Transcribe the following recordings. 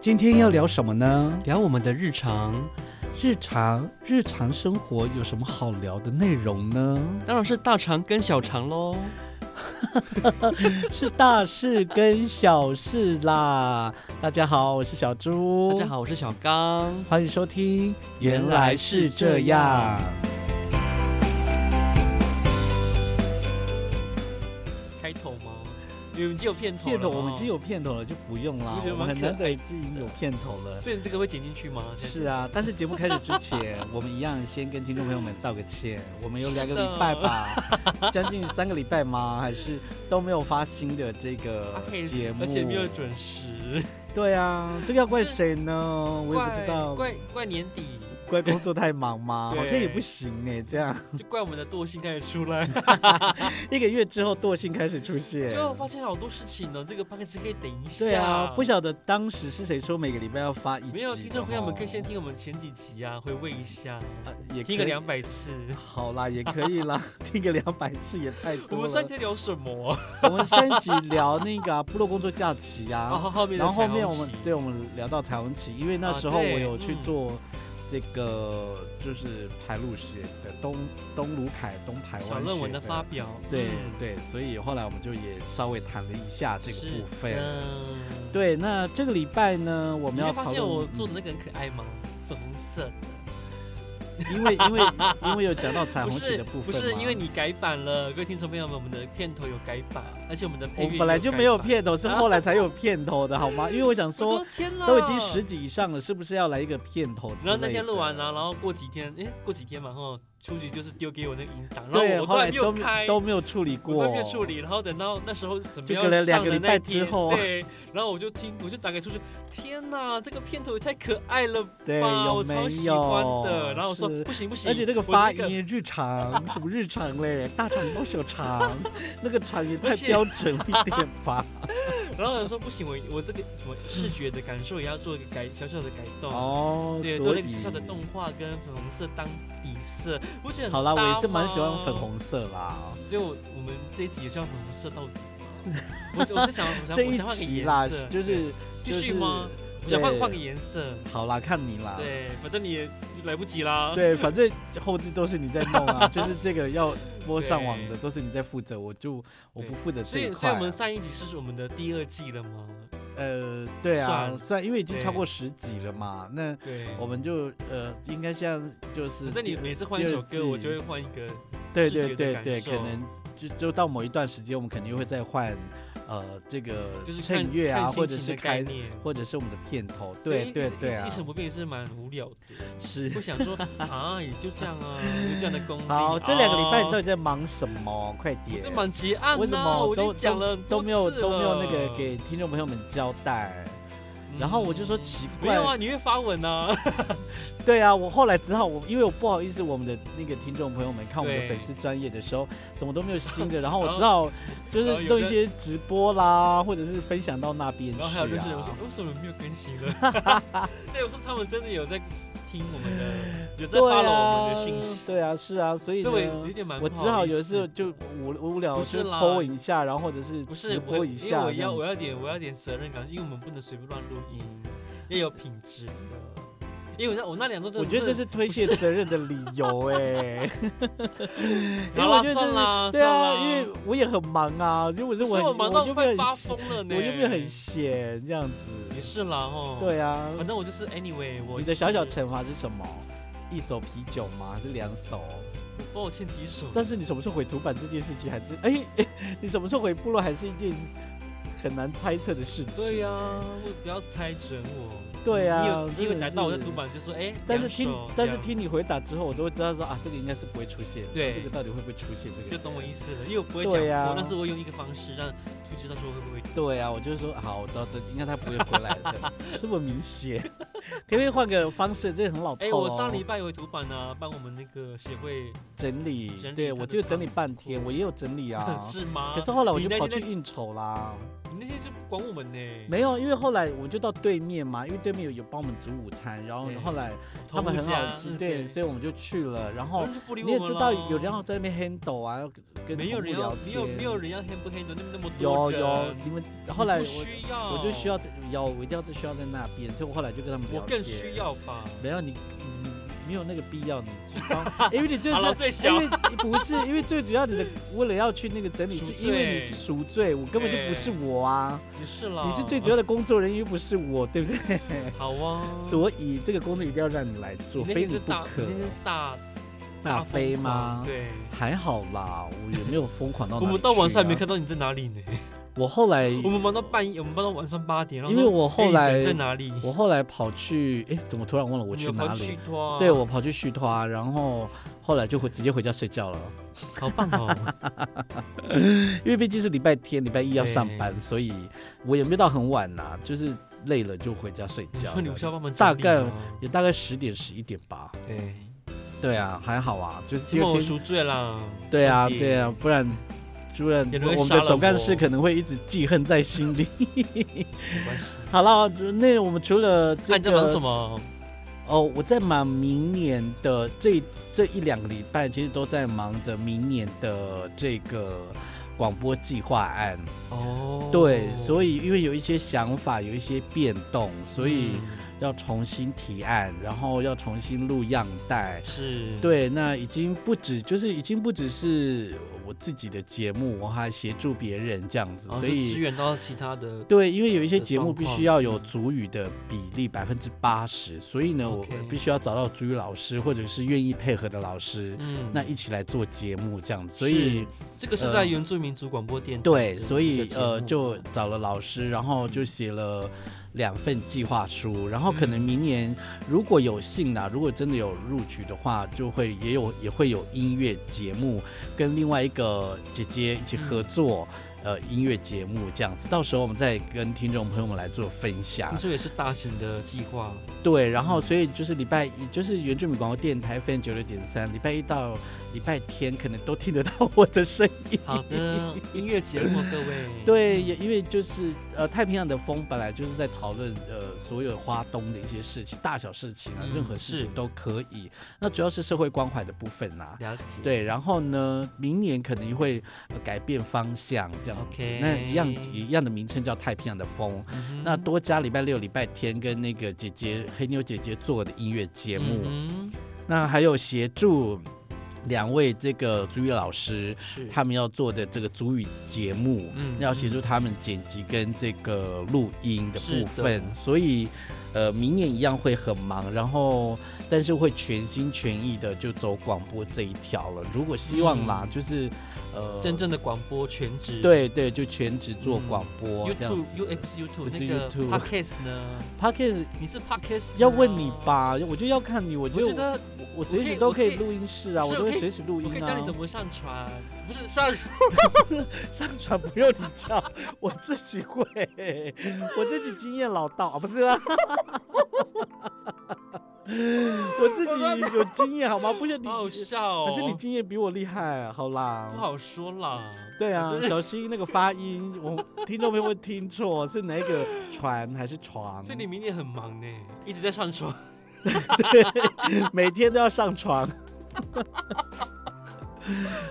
今天要聊什么呢？聊我们的日常，日常日常生活有什么好聊的内容呢？ 当然是大肠跟小肠喽。是大事跟小事啦。大家好，我是小猪。大家，好，我是小刚。欢迎收听。原来是这样。开头吗？你们已经有片头了片头吗我们已经有，片头了，就不用啦。我觉得我们蛮很可难得爱已经有片头了。所以你这个会剪进去吗？是啊，但是节目开始之前，我们一样先跟听众朋友们道个歉。我们有两个礼拜吧，将近三个礼拜吗？还是都没有发新的这个 啊可以节目？而且没有准时，对啊，这个要怪是谁呢？我也不知道，怪怪怪年底，怪工作太忙吗？好像也 对不行呢、这样 就怪我们的惰性开始出来。一个月之后惰性开始出现。就我发现好多事情呢，这个 p o d c a 可以等一下。对啊，不晓得当时是谁说每个礼拜要发一集的哦，没有听众朋友们可以先听我们前几集啊，回味一下，啊，也听个可以两百次。好啦，也可以啦， 听个两百次也太我多了。们上一集在聊什么啊？我们上一集聊那个啊、部落工作假期啊， 然后后面的然后后彩虹面我们旗对我们聊到彩虹旗，因为那啊时候我对有去嗯做这个、就是排路学的东东卢凯东排小湾论学文的发表，对、嗯对，所以后来我们就也稍微谈了一下这个是部分。的嗯对，那这个礼拜呢，我你们会要发讨现论，我嗯做的那个很可爱吗？粉红色的，因为 因为因为有讲到彩不虹旗是的部分不是嘛因为你改版了，各位听众朋友们，我们的片头有改版，而且我们的配我乐也本来就没有改版。片头，是后来才 有片头的好吗？因为我想我说说。天哪，都已经十。几以上了，是不是要来一个片头之类的？然后那天录完了、然后过几天，哎，过几天嘛，然后出去就是丢给我那个音档，然后对，我后都来还没有都开，都没有处理我过，都没有处。理，然后等到那时候准就备要隔了两上个的礼拜那之天，后啊对，然后我就听，我就打开出去，天哪，这个片头也太可爱了对，哇有我没超有？喜欢的。然后我说是不行不行，而且那个我发这个音日常什么日常嘞，大肠包小 肠，那个肠也太而且标准了一点吧。 然后我说不行，我我这个什么视觉的感受也要做一个改小小的改动。哦，对，做所了一以个小小的动画跟粉红色当底色，我觉得很好啦，我也搭是蛮喜欢吗粉，红色啦，所以我我们这一集也是要粉红色 到底。我我是想我想这我一想换个集颜啦色，，就对是继就续是吗我想换对换个颜色。好啦，看你啦。对，反正你也来不及啦。啊对，反正后置都是你在弄啊，就是这个 要播上网的对都是你在负责，我就我不对负责所这一以所块以啊、我们上一集是我们的第二季了吗？呃，对啊，算算，因为已经超对过十集了嘛，那对，我们就呃，应该像就是反正你第每次换一首第二歌，我季就会换一个。对视对觉的对感对，可受能就就到某一段时间，我们肯定会再换呃这个就是衬看乐啊，看心或者情是的概开念。或者是我们的片头，一对对一对一啊一，成不变也是蛮无聊的。是。我想说 啊，也就这样啊，有这样的功力。好，这两个礼拜你到哦底在忙什么？快我点！是忙结案为什呐，么啊我都就讲了很都多没有次都没有那个了给，听众朋友们交代？然后我就说嗯奇没有怪啊，你会发文啊。对啊，我后来只好我因为我不好意思，我们的那个听众朋友们看我们的对粉丝专业的时候，怎么都没有新 的，然后我然后只好就然是后有弄一个些直播啦，或者是分享到那边去、啊。然后还有就是我说为什么没有更新了？ 对，我说他们真的有在听我们的，有对在 follow 我啊们的讯息，，对啊，是啊，所以这呢我，也有点蛮我不只好好意有一次思就无无聊不就是啦 po 一下，然后或者是不直是播我，一因为下这我样子。要我要点我要点责任感，因为我们不能随便乱录音，要有品质的。因为我那我那两周真我的，觉得这是推卸责任的理 由哎、 因为好我啦觉得算这啦是对啊，算啦因为我也很忙啊，如果是不是我很我忙到我就没有很快发闲疯了呢，我就没有很闲这样子。也是啦哦，，对啊，反正我就是 anyway，我你的小小就是惩罚是什么？一手啤酒吗？还是两手？我帮我欠几首，但是你什么时候回土板这件事情还真哎、你什么时候回部落还是一件很难猜测的事情。对呀，我不要猜准我，对啊你有机会真的来到我在是读板就说哎，但是两听首但这是样听你回答之后，我都会知道说啊，这个应该是不会出现的。对这个到底会不会出现？这个就懂我意思了，因为我不会讲对过，呀但是我会用一个方式让兔知道说会不会。对啊，我就是说，好，我知道这应该他不会回来的，这 样子这么明显，可不可以换个方式？这很老套、哦。哎、我上礼拜有读板呢、帮我们那个协会，整理，整理对他我的就整理仓半天，库 。我也有整理啊是吗？可是后来我你就那跑天去在应酬啦。你那天就不管我们呢，没有，因为后来我就到对面嘛，因为对面有有帮我们煮午餐，然后对后来他同们步很加好吃，嗯对，所以我们就去了。然后然后就不理你我也们知道了哦有人要在那边 handle 啊，要跟没有同人步要聊没有天没有人要 hand 不 hand 那么那么有多有人，你们你后来不我需要，我就需要，有我一定要是需要在那边，所以我后来就跟他们我聊更天需要吧。没有你，你没有那个必要，你去 帮，因为你最好主要了，最小因为不是，因为最主要你的为了要去那个整理，赎是因为罪你是赎罪，我根本就不是我啊，你是了，你是最主要的工作人员，又不是我，对不对？ 好啊。所以这个工作一定要让你来做，你非那天是你不大，可你。那天是大大疯飞吗狂？，对，还好啦，我也没有疯狂到、 我哪们里到晚去上也没啊看到你在哪里呢。我后来 我们忙到半夜，我们忙到晚上八点，然后因为说我哎后你人来在哪里？我后来跑去，哎，怎么突然忘了我你去有哪跑里去？拖啊对，我跑去续托啊，然后后来就回直接回家睡觉了，好棒 哦，因为毕竟是礼拜天，礼拜一要上班，对所以我也没有到很晚呐、啊就是累了就回家睡你觉说你这不是要样。帮忙大整理啊概吗也大概十点十一点吧。对，对啊，还好啊，就是这第么二我天。赎罪啦。对啊，到底对啊，，不然。不然有人会我们杀的了总干事我可能会一直记恨在心 里。没关系。好了，那我们除了这个，那你在忙什么？哦，我在忙明年的这这一两个礼拜，其实都在忙着明年的这个广播计划案。哦，对，所以以因为有一些想法，有一些变动，所以嗯要重新提案，然后要重新录样带。是，对，那已经不止，就是已经不只是我自己的节目，我还协助别人这样子，哦所就支以。援到其他的对，因为有一些的节目状必况须要有嗯主语的比例百分之八十，所以呢，我 OK 必须要找到主语老师或者是愿意配合的老师，嗯那一起来做节目这样子。是所以这个是在呃原住民族广播电台对，的所一个以节呃，目嗯就嘛找了老师，然后就写了两份计划书，然后可嗯能明年如果有幸啦，如果真的有录取的话，就会也有也会有音乐节目跟另外一个姐姐一起嗯合作。呃，音乐节目这样子，到时候我们再跟听众朋友们来做分享听。说也是大型的计划，对，然后嗯所以就是礼拜一，就是原住民广播电台 FM 九六点三，礼拜一到礼拜天可能都听得到我的声音。好的音乐节目，各位。 对，也因为就是呃，太平洋的风本来就是在讨论呃所有花东的一些事情，大小事情啊，嗯任何事是情都可以。那主要是社会关怀的部分啦、了解。，对，然后呢，明年可能会、呃改变方向这样子。 OK 那一样一样的名称叫太平洋的风。嗯哼、那多加礼拜六、礼拜天跟那个姐姐黑妞姐姐做的音乐节目，哦嗯那还有协助两位这个主语老师，哼、是他们要做的这个主语节目，嗯要协助他们剪辑跟这个录音的是部的分，所以呃，明年一样会很忙，然后但是会全心全意的就走广播这一条了。如果希望啦，嗯就是呃，真正的广播全职。对对，就全职做广播、这样 YouTube 子 U 哎不是 YouTube 不是那个 YouTube Podcast 呢？ p o d c a s 你是 Podcast 要吗问你，吧，我就要看你，我我觉觉得得我我随可时以都我可可以以录音室啊，是我我都会可以随时录我可以音教你啊怎，么上传，不是上传，上传不用你教， 我自己会，我自己经验老道，啊不是啊。 我自己有经验好吗？不是 你，好好可笑哦。是你经验比我厉害，啊好啦。不好说啦。对啊我真，的小心那个发音，我听众朋友会听错，是哪一个船还是床？所以你明年很忙呢，一直在上传。 每天都要上床。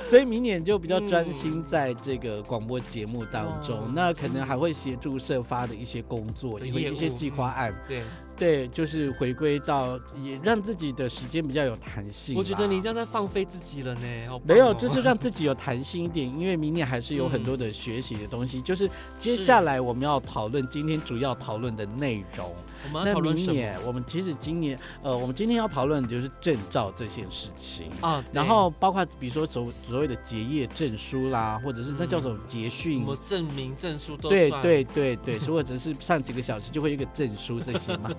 所以明年就比较专心在这个广播节目当中，哇那可能还会协助社发的一些工作，的因为嗯业一些务计划案，对，对，就是回归到也让自己的时间比较有弹性啦。我觉得你这样在放飞自己了呢。好棒没有，哦就是让自己有弹性一点，因为明年还是有很多嗯的学习的东西。就是接下来我们要讨论今天主要讨论的内容。我们要那讨论明什么年我们其实今年，呃，我们今天要讨论的就是证照这件事情。啊？然对后包括比如说所所谓的结业证书啦，或者是那叫什么结嗯什训，么证明、证书都对算对对对，是或者是上几个小时就会有一个证书这些 嘛。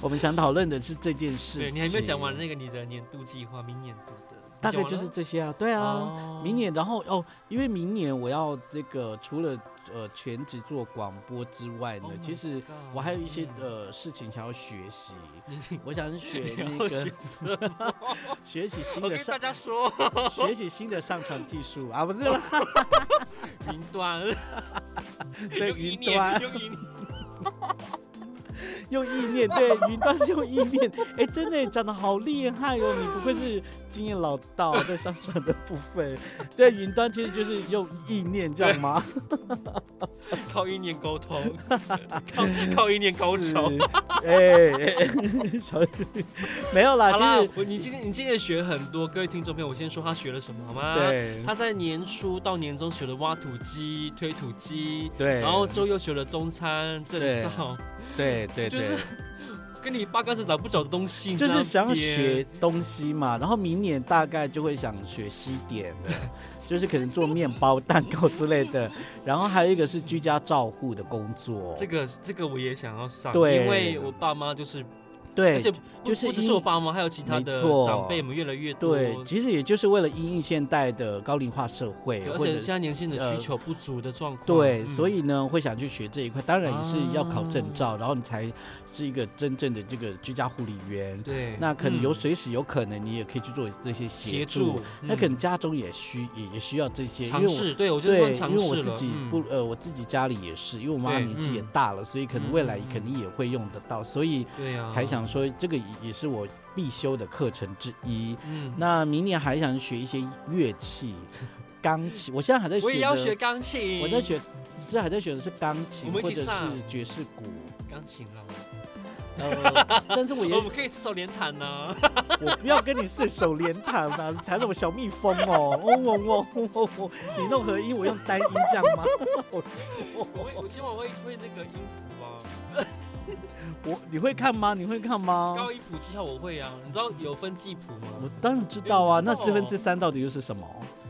我们想讨论的是这件事对，情。你还没有讲完那个你的年度计划，明年度的，你大讲概完就是了这些啊，对啊。哦明 年，然后哦，因为明年我要这个除了呃全职做广播之外呢 Oh my 其实 God，我还有一些嗯呃事情想要学习。你我想是学 然那后个学 什么学习新我的跟大上 家说，学习新的上传技术啊，不是啦，云端， 对用意云念端，用意念用意念， 对，云端是用意念。哎，真的长得好厉害哦！你不愧是经验老道，在上传的部 分，对，云端其实就是用意念，这样吗？靠意念 沟通，靠靠意念高是手。，哎，哎 小没有好啦啦，啊就是，我你今天你今天学很多，各位听众朋友，我先说他学了什么好吗？，对他在年初到年终学了挖土机、推土机，对，然后之后又学了中餐证对照，对对就对是。跟你八竿子打不着的东西，你 就知道是想要吗学东西嘛，然后明年大概就会想学西点的， 就是可能做面包、蛋糕之类的。然后还有一个是居家照护的工作，这个这个我也想要上，对因为我爸妈就是，而对且不就是不只是因我爸妈，还有其他没的错长辈们越来越多。对，其实也就是为了因应现代的高龄化社会，对而或且者现在年轻人的呃需求不足的状况，对，嗯所以呢会想去学这一块，当然也是要考证照，然后你才是一个真正的这个居家护理员。对，那可能有嗯随时有可能你也可以去做这些协协助，那嗯可能家中也需也也需要这些，因为尝我试，对我觉得对，算因尝为试我了，自己嗯不、呃，我自己家里也是，因为我妈对年纪也嗯大了，所以可能嗯未来嗯肯定也会用得到，所以对啊呀，才想说这个也也是我必修的课程之一。嗯，那明年还想学一些乐 器，钢琴，我现在还在学，我也要学，钢琴，我在学，是还在学的是钢琴我们一或起者上是爵士鼓，钢琴了， 呃，但是我也我们可以四手联弹 呐，我不要跟你是手连弹 啊，弹什么小蜜蜂哦，嗡嗡嗡嗡嗡嗡，你弄合音，我用单音这样吗？ 我会我希望我会会那个音符啊，我你会看吗？你会看吗？高音谱记号我会啊，你知道有分记谱我吗？当然知道啊，哎你知道那哦四分之三到底又是什么？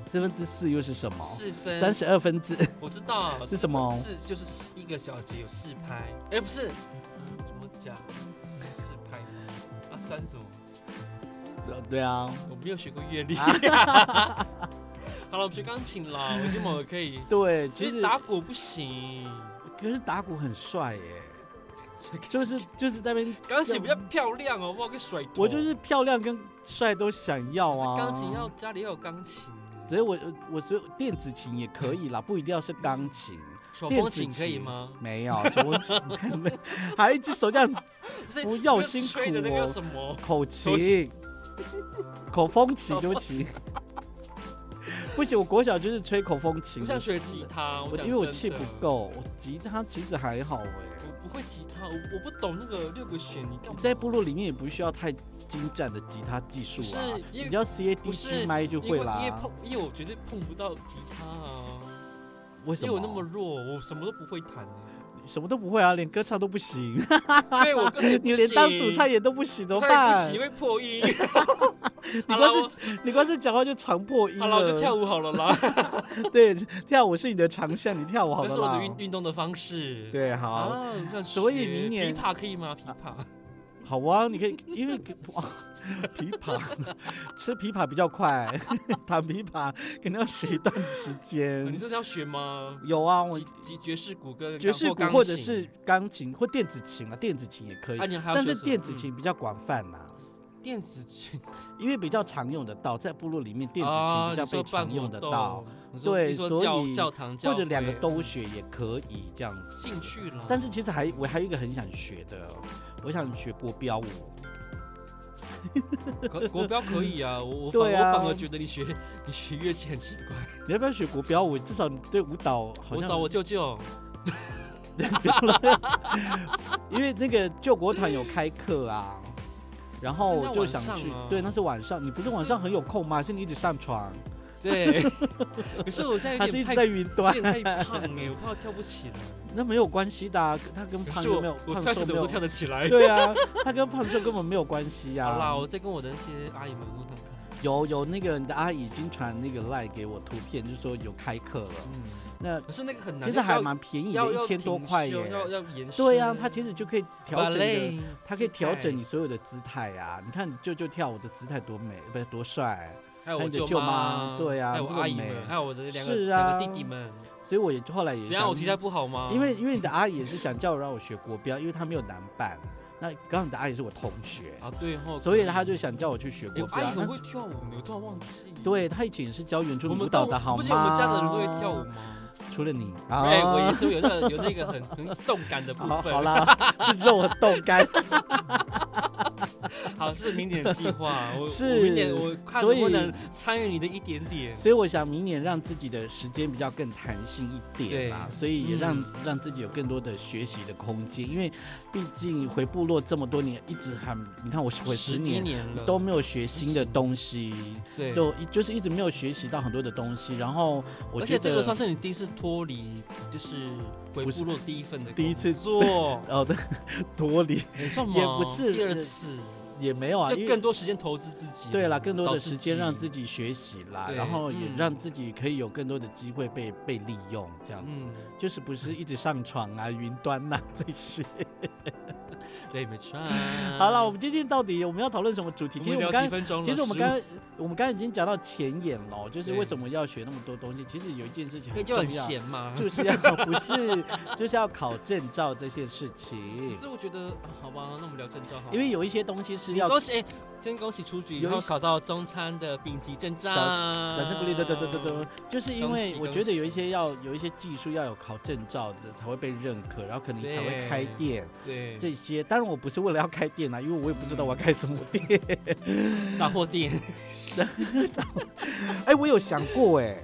四分之四又是什么？四分哦三十二分之 我知道是什么四就是四一个小节有四拍，哎，不是，嗯怎么讲？是四拍吗？啊，三什么？对啊，我没有学过乐理。 好了，我们学钢琴啦，我希望我可以。对，其其实实打鼓不行，可是打鼓很帅耶，就是就是在那边，钢琴比较漂亮哦，哇，跟甩头。我就是漂亮跟帅都想要可啊。是钢琴要，家里要有钢琴，所以我我所以电子琴也可以啦，不一定要是钢琴。手电风子琴可以吗？没有，我琴还一只手这样不是不要那个辛吹的那苦个叫哦什么？口口琴，口风琴，对不起，不行，我国小就是吹口风琴我的想时候。学吉他，我讲因为我真气的不。够，我吉他其实还好哎、我不会吉他，我我不懂那个六个弦，你干嘛？在部落里面也不需要太精湛的吉他技术啊不是，因为你只要 C A 不 D 是 G 麦就因为会因为啦碰。，因为我绝对碰不到吉他啊，为因什为么？我那么弱，我什么都不会弹 欸什么都不会啊，连歌唱都不行，对，我根本就不 你连当主行唱也都不行，怎么我也办不？行，会破音。 你好了，光你光是讲话就长破音我好了，我就跳了。舞好了啦，对，跳舞是你的长项，你跳 舞好这了是我啦的。运运动的方式。对，好，啊，我想所以学明年琵琶可以吗？琵琶，好啊，你可以，因为哇，琵琶 吃琵琶比较快， 弹琵琶可能要学一段时间。啊哦你真的要学吗？有啊，嗯我及及爵士鼓跟爵士鼓钢或者琴是钢琴或电子琴啊，电子琴也可以啊，，你还要但学是什么电子嗯琴比较广泛呐、电子琴，因为比较常用得到，在部落里面电子琴啊比较你说被常办用活得动到，，你说对你说所教以教堂或者两个教会都学也可以这样子。兴趣了，但是其实还我还有一个很想学的，哦我想学国标舞。可国标可以啊，我我反对我反啊而觉得你学你学乐器很奇怪，你要不要学国标舞？至少你对舞蹈好我像找我舅舅，因为那个救国团有开课 啊，然后我就想可是去那晚上啊。对，那是晚上，你不是晚上很有空吗？是你一直上床，对，可是我现在还有是一直点太在云有端？点太胖哎，我怕我跳不起来，那没有关系的、啊，他跟可胖是又没有我我胖跳瘦起没来我都有。跳得起 来。对啊，他跟胖瘦根本没有关系呀、好啦，啊。我再跟我的那些阿姨们问看看。有有那个你的阿姨已经传那个赖给我图片，就说有开课了。嗯，那可是那个很难，其实还要蛮便宜要的，要一千多挺块胸耶。要要延伸。对呀、啊，他其实就可以调整你的 ballet，它可以调整你姿所有的姿态啊！你看你舅舅跳舞的姿态多美，不是多帅，啊态，还有还我有你的舅舅妈对啊还有我这个阿姨美们，还有我的两个是两个啊弟弟们。所以我也后来也怎样？想，我体态不啊好吗？因为因为你的阿姨也是想叫我让我学国标，因为她没有男伴。那刚好你的阿姨是我同学，啊对吼，所以可她就想叫我去学哎国我阿标姨。很那会跳舞呢，我突然忘记。对，她以前也是教原住我民们舞蹈都的好吗？不是我们家的人都会跳舞吗？除了你啊哎、我也是有那个有那个很很动感的部好分。好，啦， 是肉很冻干，好是明年的计划，我是我明年我看所能不以能参与你的一点点。所以我想明年让自己的时间比较更弹性一点啦，对所以也让、嗯让自己有更多的学习的空间，因为毕竟回部落这么多年，一直很你看我回十十年年了，都没有学新的东西，对。就就是一直没有学习到很多的东西，然后我而觉且这得个算是你第一次脱离，就是回不是部落第一份的第一次 ，工作哦对，脱离没错嘛，也不是第二次，也没有啊，因就为更多时间投资自己。对啦，更多找的自时间让自己，己学习啦，对然后也嗯让自己可以有更多的机会被被利用，这样子。嗯，就是不是一直上床啊、云端呐、这些。对，没错。 好了，我们今天到底我们要讨论什么主题？嗯我其实们我们聊刚，几分钟了，其实我们15刚刚，我们刚刚已经讲到前言了，就是对为什么要学那么多东西。其实有一件事情对很就很重要，闲嘛，就是要不是就是要考证照这件事情 可，是我觉得，啊好吧，那我们聊证照好了。因为有一些东西是你要。恭喜，哎，真恭喜出局，有然一后些考到中餐的丙级证照。掌掌声鼓励，对对对对对，嗯就是因为我觉得有一些要有一些技术要有考证照的才会被认可，然后可能才会开对店对，这些。当然我不是为了要开店啊，因为我也不知道我要开什么店。 杂货店 哎、我有想过哎、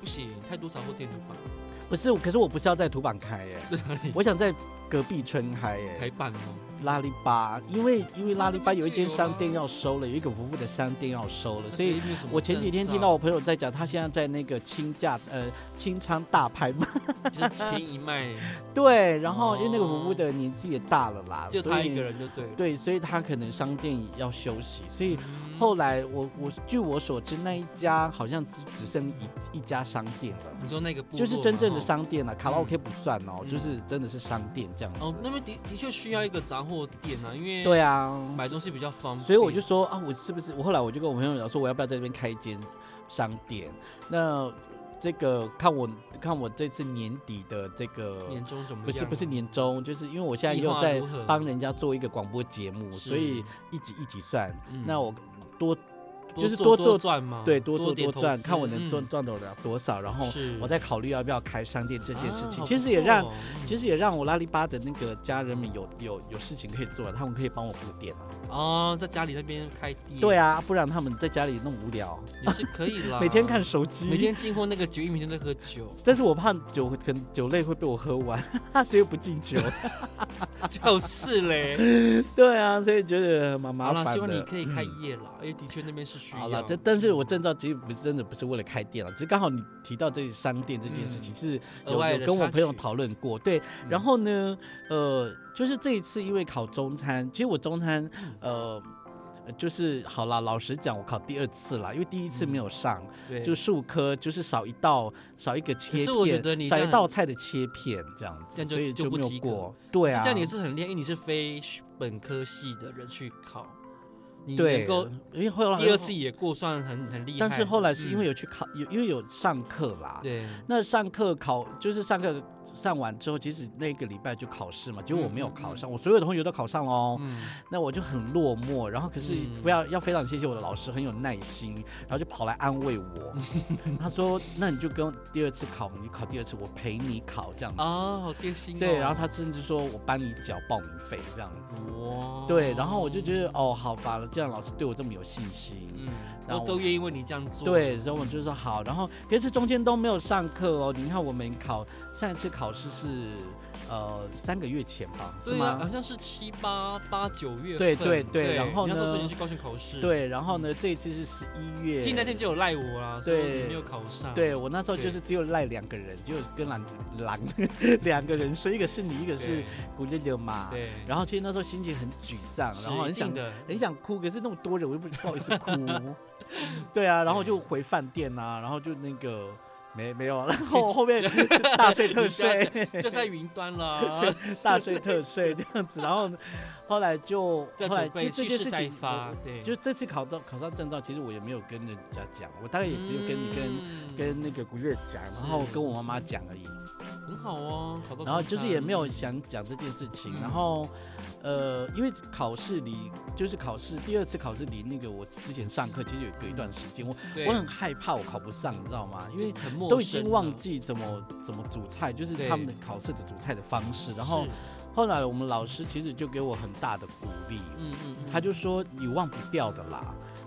不行，太多杂货店了吧？ 不是，可是我不是要在土板开哎、在哪 里？我想在隔壁村开哎、台版哦，拉力巴，因为因为拉力巴有一间商店那要收了，有一个服务的商店要收了，那所以。个没有什么我前几天证听照到我朋友在讲，他现在在那个清价呃清仓大拍卖， 就是便宜卖，对，然后因为那个哦服务的年纪也大了啦，就所他以一个人就对了。对，所以他可能商店也要休息，所以嗯后来我我据我所知那一家好像只只剩一一家商店了。嗯你说那个部就是落真嘛正的吼商店啊，卡拉 OK 嗯不算哦，嗯就是真的是商店这样子。哦，那边的的确需要一个杂货店啊，因为对啊，买东西比较方便。所以我就说啊，我是不是我后来我就跟我朋友讲说，我要不要在这边开一间商店？那这个看我看我这次年底的这个。年终怎么样啊？不是不是年终，就是因为我现在又计在划如何帮人家做一个广播节目，是所以一集一集算。嗯那我多就是做多做赚嘛，对多做点多投赚，资看我能赚嗯赚到了多少，然后是我再考虑要不要开商店这件事啊情。好其不实也错让哦其实也让我拉力巴的那个家人们有有有事情可以做，他们可以帮我布店啊。嗯哦，在家里那边开店，对啊，啊，不然他们在家里弄无聊，也是可以啦。每天看手机。啊每天进货那个酒，一每天都在喝酒，但是我怕酒可能酒类会被我喝完， 所以不敬 酒。就是 嘞。对啊，所以觉得蛮麻好烦啦，的。希望你可以开嗯业啦，因为的确那边是需要。嗯好了，但但是我证照其实不是真的不是为了开店了，只是刚好你提到这商店这件事情、嗯是额有外有的跟我插朋友曲嗯讨论过，对。然后呢，呃，就是这一次因为考中餐，其实我中餐，呃。呃就是好啦，老实讲，我考第二次啦，因为第一次没有上，对，就数科就是少一道，少一个切是我觉得片，你少一这样道菜的切片这样这子，样就所以就不没有及格过。对啊，这样你是很厉害，因为你是非本科系的人去考，你能对够，因为后来第二次，也过，算很很厉害的。但是后来是因为有有去考，有因为有上课啦，嗯对，那上课考就是上课上完之后，其实那个礼拜就考试嘛，结果我没有嗯嗯考嗯上，我所有的同学都考上喽，嗯，那我就很落寞。然后可是嗯不要要非常谢谢我的老师，很有耐心，然后就跑来安慰 我，他说：“那你就跟第二次考，你考第二次，我陪你考这样子。啊，好贴心哦。对，然后他甚至说我帮你缴报名费这样子。哇，对，然后我就觉得哦，好吧，既然老师对我这么有信心，嗯，然我后都愿意为你这样做。对，然后我就说好，然后可是中间都没有上课哦。你看我们考上一次考试是呃三个月前吧，是对啊，好吗？像是七八八九月份。对对对然后你那时候呢是你去高雄考试，，对，然后呢，这一次是十一月。第那天就有赖我啦，说对你没有考上。对我那时候对就是只有赖两个人，就跟懒懒 两个人，所以一个是你，一个对，是古六六嘛。对，然后其实那时候心情很沮丧，然后是一很想定的，很想哭，可是那么多人，我又不不好意思 哭。对啊，然后就回饭店呐、然后就那个没没 有，然后后面就大睡特睡。就在云端 啦。大睡特睡这样子，然后后来 就在后来就准备这蓄件势事待情，发我，对，就这次考到考上证照，其实我也没有跟人家讲，我大概也只有跟你跟、嗯跟那个古月讲，然后跟我妈妈讲而已。很好哦，考到然后高就是三也没有想讲这件事情，嗯然后，呃，因为考试离就是考试第二次考试离那个我之前上课其实有隔一段时间，我对我很害怕我考不上，你知道吗？因为很陌都已经生忘了，记怎么怎么煮菜，就是对他们的考试的煮菜的方式。然后是后来我们老师其实就给我很大的鼓励，嗯嗯嗯，他就说你忘不掉的啦，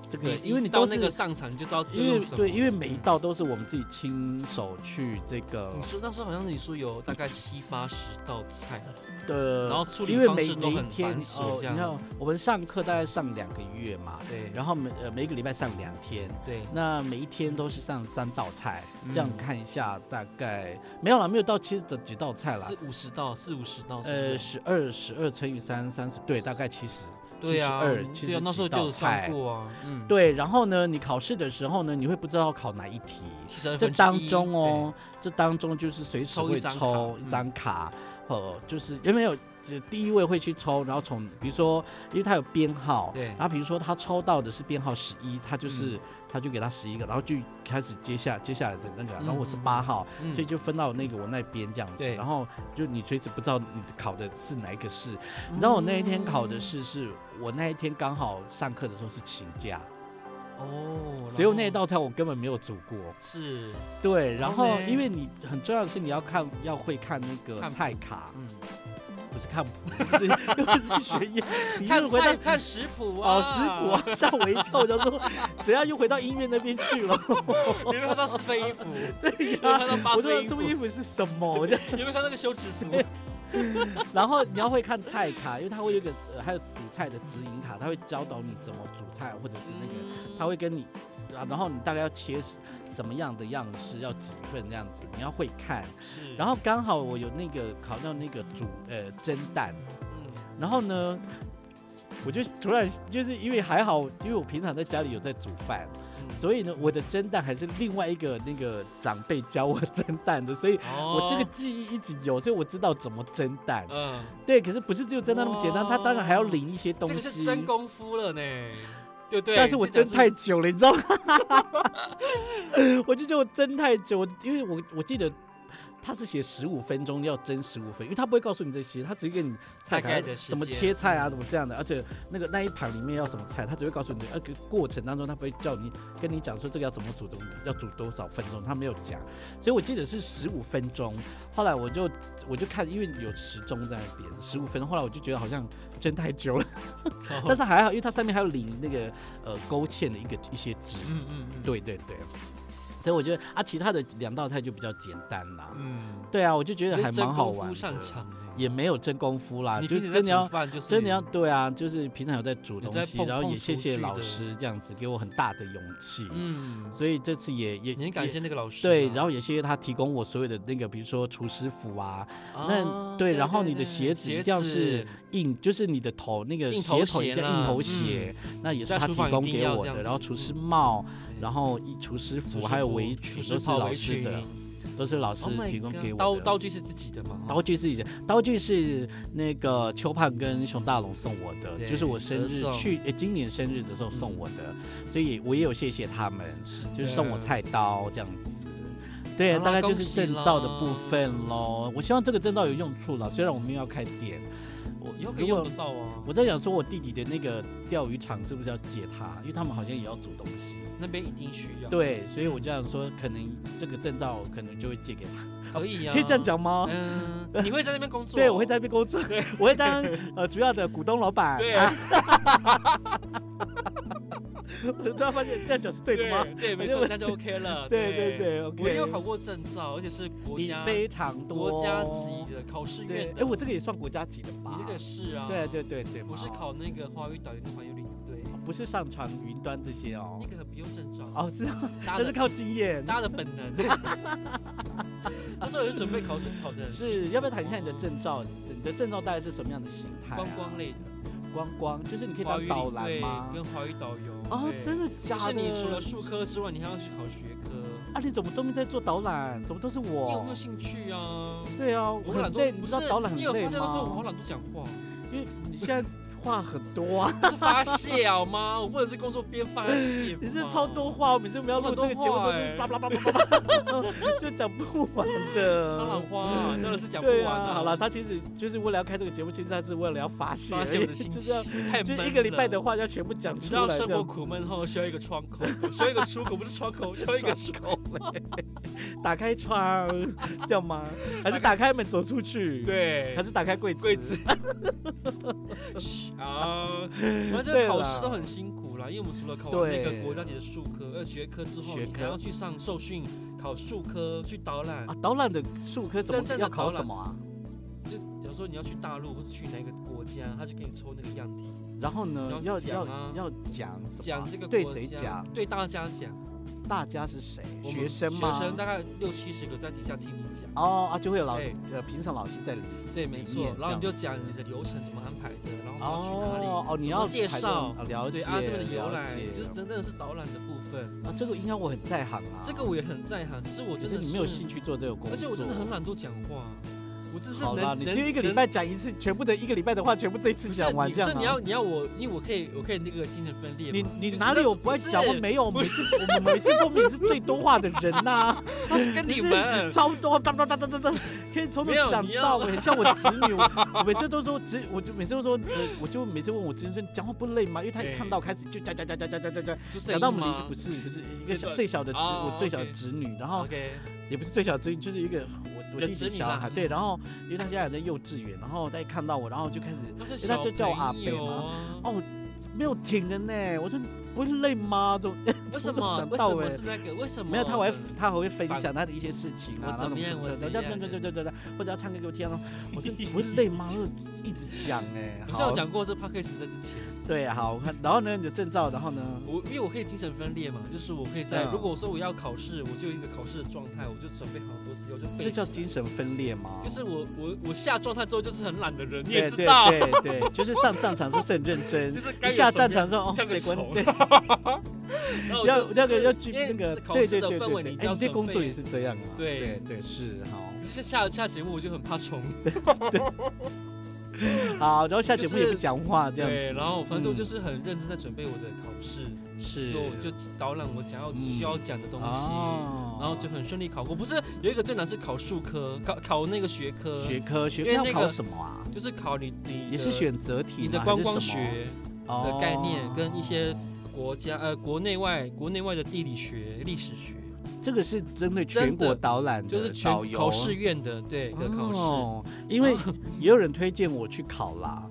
这个你因为你你到都那是个上场你就知道要因为用什么，对，因为每一嗯道都是我们自己亲手去这个你说那时候好像你说有大概七八十道菜，啊的，然后处理因为方每式都每一很天繁琐哦，这你样看我们上课大概上两个月嘛，对，然后每呃每一个礼拜上两天，对，那每一天都是上三道菜，嗯这样看一下大概没有啦，没有到七十几道菜啦四，五十道，四五十道哦是不啊呃，是，十二十二乘以三三十，对，大概七十，对啊， 72对啊，那时候70就有道算菜。过啊，嗯，，对，然后呢，你考试的时候呢，你会不知道考哪一题，七十二这分之当一中哦，，这当中就是随时抽一会张卡抽嗯一张卡，呃，就是有没有？就第一位会去抽，然后从比如说，因为它有编号，对嗯然后比如说他抽到的是编号十一，他就是、他就给他十一个，然后就开始接下接下来的那个，然后我是嗯嗯嗯八号，嗯所以就分到那个我那边这样子，对然后就你随时不知道你考的是哪一个试，你知道我那一天考的嗯试是我那一天刚好上课的时候是请假，哦，所以我然那一后道菜我根本没有煮过，是，对，然然后后哦嘞因为你很重要的是你要看要会看那个看谱菜卡，嗯，不是看 谱，是又是学业，你看又回菜到。看食谱啊，哦，食谱啊，吓我一跳，我就说，等下又回到音乐那边去 了。谱，你有没有看到四 分衣服？对有没有看到八我说分衣这服？衣服是什么？这样有没有看到那个休止符？然后你要会看菜卡，因为它会有一个呃，还有煮菜的指引卡，它会教导你怎么煮菜，或者是那个嗯他会跟你，啊，然后你大概要切什么样的样式，要几份这样子，你要会看。是，然后刚好我有那个考到那个煮呃蒸蛋，嗯然后呢，我就突然就是因为还好，因为我平常在家里有在煮饭，嗯所以呢，我的蒸蛋还是另外一个那个长辈教我蒸蛋的，所以我这个哦记忆一直有，所以我知道怎么蒸蛋。嗯。对，可是不是只有蒸蛋那么简单，它当然还要哇淋一些东这个是西。真功夫了呢，对不对？但是我这蒸讲太久了，你知道吗？ 我就觉得我蒸太久，因为我我记得他是写十五分钟要蒸十五分，因为他不会告诉你这些，他只会给你菜大概单的时间怎么切菜啊，怎么这样的，而且那个那一盘里面要什么菜，他只会告诉你这个。而且过程当中他不会叫你跟你讲说这个要怎么煮，怎么要煮多少分钟，他没有讲。所以我记得是十五分钟。后来我就我就看，因为有时钟在那边，十五分钟。后来我就觉得好像蒸太久了。哦 但是还好，因为它上面还有淋那个呃勾芡的一个一些汁。嗯嗯嗯，，对对对，所以我觉得啊，其他的两道菜就比较简单啦。嗯，对啊，我就觉得还蛮好玩真功夫的上场呢，也没有真功夫啦，你就平是时真的在煮要。饭就是真的要对啊，就是平常有在煮有东在西，碰然后也碰谢厨谢具老的师这样子给我很大的勇气，嗯，所以这次也也你很感也谢那个老师啊，对，然后也谢谢他提供我所有的那个，比如说厨师服啊，啊那对然后你的对鞋子一定要是鞋子硬就是你的头那个硬鞋头头一鞋定要啦嗯硬头鞋，那也是在他厨提房一供定给要我这样的。然后子厨师嗯帽，对然后一厨师厨服师还有服围厨裙师都是袍老围师的裙，都是老 Oh 师 my 提供 God，给我的。刀刀具是自己的嘛，刀具是以前，刀具是那个邱胖跟熊大龙送我的，就是对我生合日送嗯去呃今年生日的时候送我的，所以我也有谢谢他们，就是送我的菜刀这样子。对，好啦大概就恭是喜证照的啦部分喽。我希望这个证照有用处了，虽然我们要开店，我以后可如以用果得到啊，我在想说，我弟弟的那个钓鱼场是不是要借他？因为他们好像也要煮东西。那边一定需要，，对，所以我就想说，可能这个证照可能就会借给他，可以啊，可以这样，讲吗？嗯，你会在那边工作，对，我会在那边工作对， 我会当呃主要的股东老板。对啊，我突然发现这样讲是对的吗？对对，没我错，那就 OK 了，对对对，OK。我也有考过证照，而且是国你家非常多国家级的考试对院，的。哎，我这个也算国家级的吧你？那个是啊，对对，对对嘛，我是考那个华语导游跟环游领队，不是上传云端这些哦那。个不用证照，哦，是啊，大 那家是的靠经验。大家的本能。那时候有准备考试考的，是，要不要谈一下你的证照？你的证照大概是什么样的形态、啊？观光，类的，观光，就是你可以华当语导领览队吗？跟华语导游。哦，对真的就假的？是你除了术科之外，你还要去考学科，啊，你怎么都没在做导览？怎么都是你有没我有？兴趣啊？对啊，我好懒很惰累，，你不知是道导览很你有累发现到时候我好吗？懒惰讲话，因为你现在话很多啊，是发泄好吗？我不能在工作边发泄。你是超多话，我每次我们要录这个节目都是叭叭叭叭叭叭，就讲不完的。当然花、当然是讲不完对的、啊，好了，，他其实就是为了要开这个节目，其实他是为了要发泄而发已，泄我的心就情是要，太就闷一个礼拜的了。话要全部讲你知出道来，生这活样苦闷后需要一个窗口，需要一个出口，不是窗口，需要一个出口。打开窗儿，这样吗？还是打开门走出去？，对还，是打开柜子？柜子。嘘啊，反正这对个考试啦都很辛苦啦，因为我们除了考完对那个国家级的数科、呃学科之后，学你还科要去上受训，考数科，去导览啊，，导览的数科怎么真正的要考导览什么啊？就有时候你要去大陆或者去哪个国家，他就给你抽那个样题，然后呢，要要要讲啊要讲什么啊？讲这个对国谁家讲？啊对大家讲，大家是谁？我们学生吗？学生大概六七十个在底下听你讲，哦啊，就会有老对呃评审老师在里面。对，没理错念，然后你就讲你的流程怎么安排的，然后你要去哪里。哦哦，你怎么要介排队绍啊了解对啊，这个的由了来解就是真正的是导览的部分，啊，这个应该我很在行啊。这个我也很在行，只是我只是真的你没有兴趣做这个工作，而且我真的很。懒惰讲话，我真是好啦，能你能只有一个礼拜讲一次，全部的一个礼拜的话，全部这一次不是讲完你这样不是你啊要。你要我，因为我可以我可以那个精神分裂你嘛。你就哪里有不爱讲？我是没有，我不每次我们每次都明明是最多话的人呐， 他是跟你们超多哒哒哒哒哒哒，可以从头没有讲你到要尾，很像我侄女， 我我每次都说侄，我就每次都说，呃我就每次问我侄女说你讲话不累吗？因为她一对看到开始就讲讲讲讲讲讲讲讲，就是讲到我们吗邻不是哦不是一个那小个最小的侄，哦我最小的 OK 侄女，然后 OK，也不是最小侄女，就是一个我我你的弟弟侄女小啦孩，对，然后因为他现在还在幼稚园，然后他一看到我，然后就开始他是因为他小就叫我阿朋伯友嘛啊哦没有停的呢，我说你不会累吗？哦怎么为什从头么讲为到欸什尾么是那个为什么没有，他还嗯他还会分享他的一些事情啊，我然后怎怎么么样怎么我怎么怎么样，样对对对对对，或者要唱歌给我 听啊。我说你不会累吗？我一直讲哎，你知道好我，讲过这 p a c k a g e 在之前，对，好，我看，然后呢，你的证照，然后呢，我因为我可以精神分裂嘛，就是我可以在嗯如果说我要考试，我就有一个考试的状态，我就准备好多资料，我就背这起叫来。精神分裂吗？就是我我我下状态之后就是很懒的人，你也对知对道，对 对，就是上战场是不是很认真就，是该一有下什么战场说哦这样谁子管熟对，然后我 要就要就是要去因为那个这考对试对的对氛围对对你一，定哎，要你这准工作备也是这样啊，对对对是 好。可是下下节目我就很怕重，好，然后下节就目也不是讲话，这样对，子然后反正嗯我就是很认真在准备我的考试，是就就导览我想要嗯需要讲的东西，哦然后就很顺利考过。不是有一个最难是考数科，考考那个学科，学科学科因为要那考个什么啊？就是考你你也是的选择题你的吗还观是光什么哦学的概念跟一些国家呃国内外国内外的地理学、历史学，这个是针对真全国的导览的就是全导游考试院的对的考试，哦，因 为也有人推荐我去考啦，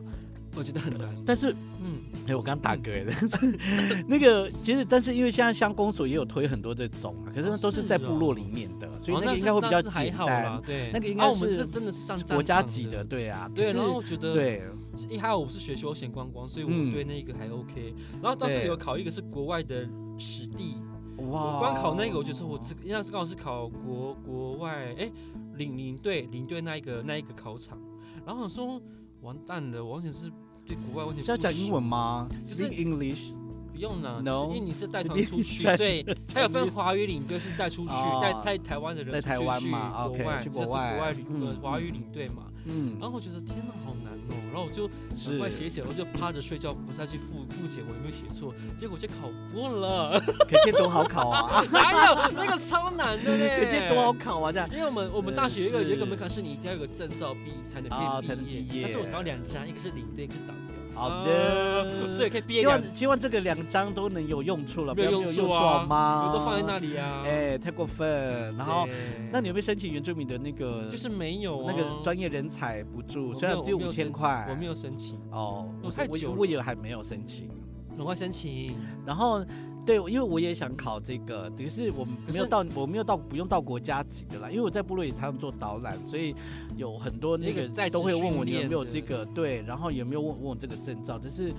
我觉得很难。但是嗯，哎，我刚打嗝了， 那个其实但是因为现在乡公所也有推很多这种啊，可是哦那都是是在部落哦里面的， 所以哦那个是应该会比那较是还简好单啦，，对，那个应啊该我们是是真的是上国战家场级的，的。对啊，可对，是然后我呃觉得，对一还好我是学休闲观光，所以我嗯对那个还 OK。然后当时对有考一个是国外的史地，哇，我光考那个，我觉得我这个那是刚好是考国国外，哎，领领队领队那一个那一个考场，然后我说完蛋了，我完全是对国外完全是要不讲英熟文吗就是 Speak English 不用啦 No，就是因为你是带团是出去，在所 以它有分华语领队是带出去哦，带带台湾的人在出台去湾去嘛国 OK，外，去这国是外国外领嗯呃华语嗯领队嘛。嗯然，后我觉得天哪，好难哦，然后我就赶是快哦写一写，我就趴着睡觉，不再去复复检我有没有写错，结果就考 过了。可见多好考啊，哪有那个超难的嘞？可见多好考啊，这样。因为我们我嗯们大学有一个是有一个门槛是你一定要有个证照毕才能啊可以才能毕业但是我考两张，一个是领队，一个是导游。好的啊所以可以毕业希两，望希望这个两张都能有用处了，不没要有没有处用处啊好吗？我都放在那里啊。哎，太过分。然后，对那你有没有申请原住民的那个？就是没有啊那个专业人才补助，我虽然没只有我没五千申请块，我没有申请，哦，我我太我久了我也还没有申请。赶快申请。然后，对，因为我也想考这个，只是我可没有是到，我没有到不用到国家级的啦，因为我在部落也常常做导览，所以有很多那那个个在职都会问我训你有没有练的这个，对，然后有没有问问我这个证照，只是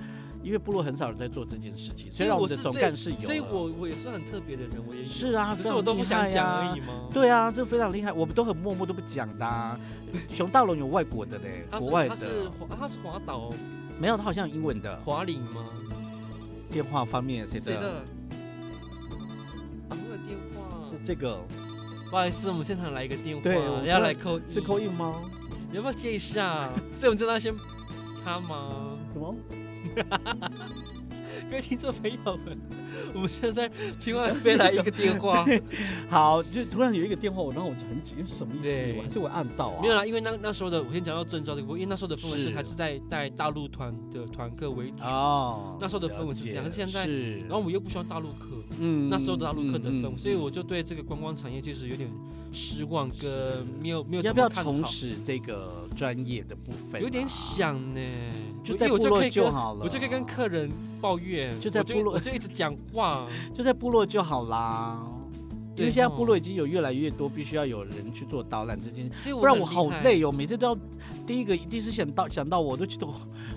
因为部落很少人在做这件事情，虽所以然我我们的是总最干事有了，所以我我也是很特别的人，我也有是啊，只非是常我都厉不想害讲啊而已吗？对啊，这非常厉害，我们都很默默都不讲的、啊。熊大龙有外国的嘞，他是国外他是的嗯华他是华岛没有，他好像有英文的。华领吗？电话方面谁谁的？的？怎么有电话？是这个不好意思，我们现场来一个电话，对我要突然来扣是一口音吗？啊 你要不要接一下？所以我们真的要先他吗？ 什么？各位听众朋友们，我们现在听外飞来一个电话， 好，就突然有一个电话，我然后我就很紧，是什么意思？对我还是我按到啊？没有啦，因为那那时候的我先讲到证照这个部分，因为那时候的氛围是是还是在带大陆团的团课为主，哦，那时候的氛围了解是这样可是现在是，然后我又不喜欢大陆课，嗯那时候的大陆客的氛围，所以嗯我就对这个观光产业其实有点失望，跟没有没有要怎不要么看重好，拾这个专业的部分啊？有点想呢，就我在因为我部就落可以就跟好了，我就可以跟客人抱怨，就在我部落我就一直讲话，就在部落就好啦。因为对现在吼部落已经有越来越多必须要有人去做导览这件事，所以我不然很我厉好害。累哦，每次都要第一个一定是想到想到我，我都觉得我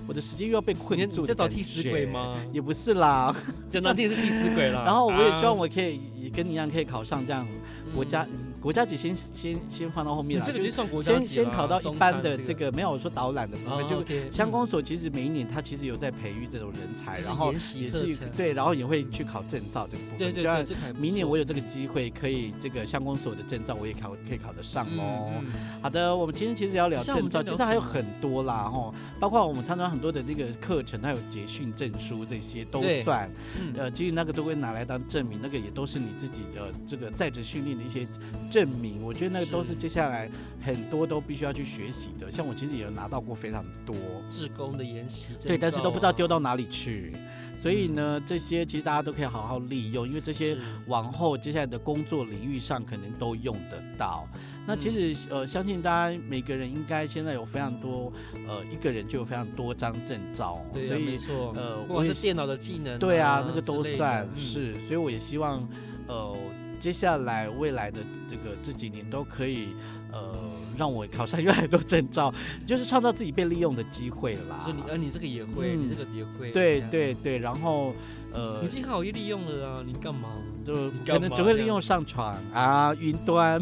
我的时间又要被困你住。你在找替死鬼？吗？也不是啦，讲难听是替死鬼 啦。然后我也希望啊我可以也跟你一样可以考上这样国家、嗯国家级先先先放到后面你啦，这个就就算国家先级先啦考到中一般餐的这个，哦嗯个没有我说导览的部分，就就乡公所其实每一年它其实有在培育这种人才，然后也也是对，然后也会去考证照这个部分。对对希望对，这个还不明年错我有这个机会，可以这个乡公所的证照我也考可以考得上哦。嗯嗯好的，我们今天其实要聊像我证们照，今其天实聊还有什么很多啦吼，包括我们常常很多的那个课程，它有结训证书这些都对算。嗯呃，其实那个都会拿来当证明，那个也都是你自己的这个在职训练的一些证明。我觉得那个都是是接下来很多都必须要去学习的。像我其实也有拿到过非常多，志工的哦研习证照啊，对，但是都不知道丢到哪里去。所以呢，这些其实大家都可以好好利用，因为这些是往后接下来的工作领域上可能都用得到。那嗯其实、呃，相信大家每个人应该现在有非常多呃，一个人就有非常多张证照哦，对啊，所以没错，呃不我管也是电脑的技能，对啊啊，，那个都之类的算、嗯是，所以我也希望，呃，接下来未来的这个这几年都可以，呃，让我考上越来越多证照，就是创造自己被利用的机会啦。所以你呃你这个也会，嗯你这个也会，对这样，对对，然后呃你已，经好易利用了啊，你 干嘛？就你可干能嘛只会这利样用上传啊、云 端，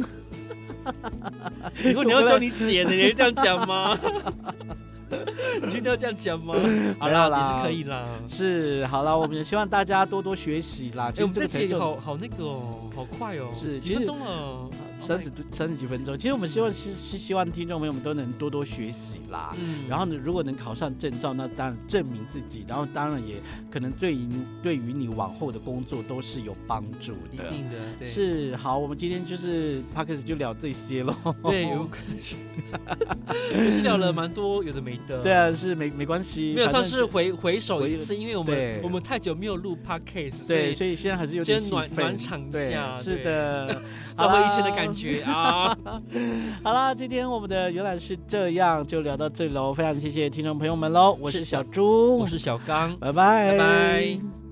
以后你我要本来叫你姐呢，你会这样 讲吗？你今天要这样讲吗？好没有啦，啦也是可以啦。是好了，我们也希望大家多多学习啦。其哎，我实这们这个才节重好好那个哦，好快哦，是其几分实钟了，三十多三十几分钟，其实我们希望是是希望听众朋友们都能多多学习啦。嗯然后呢，如果能考上证照，那当然证明自己，然后当然也可能对于你对于你往后的工作都是有帮助一的。定的，对，是好，我们今天就是 p a c k e s 就聊这些喽。对，哦有关系，也是聊了蛮多有的没的，对啊，是没没关系，没有反算正是回回首一次，因为我对们我们太久没有录 podcast，所对，以所以现在还是有点先兴暖奋暖场一对下是对，的 找回以前的好啦感。觉 啊，好啦，今天我们的原来是这样，就聊到这里喽，非常谢谢听众朋友们喽，我是是小的猪，我是小刚，拜拜，拜拜。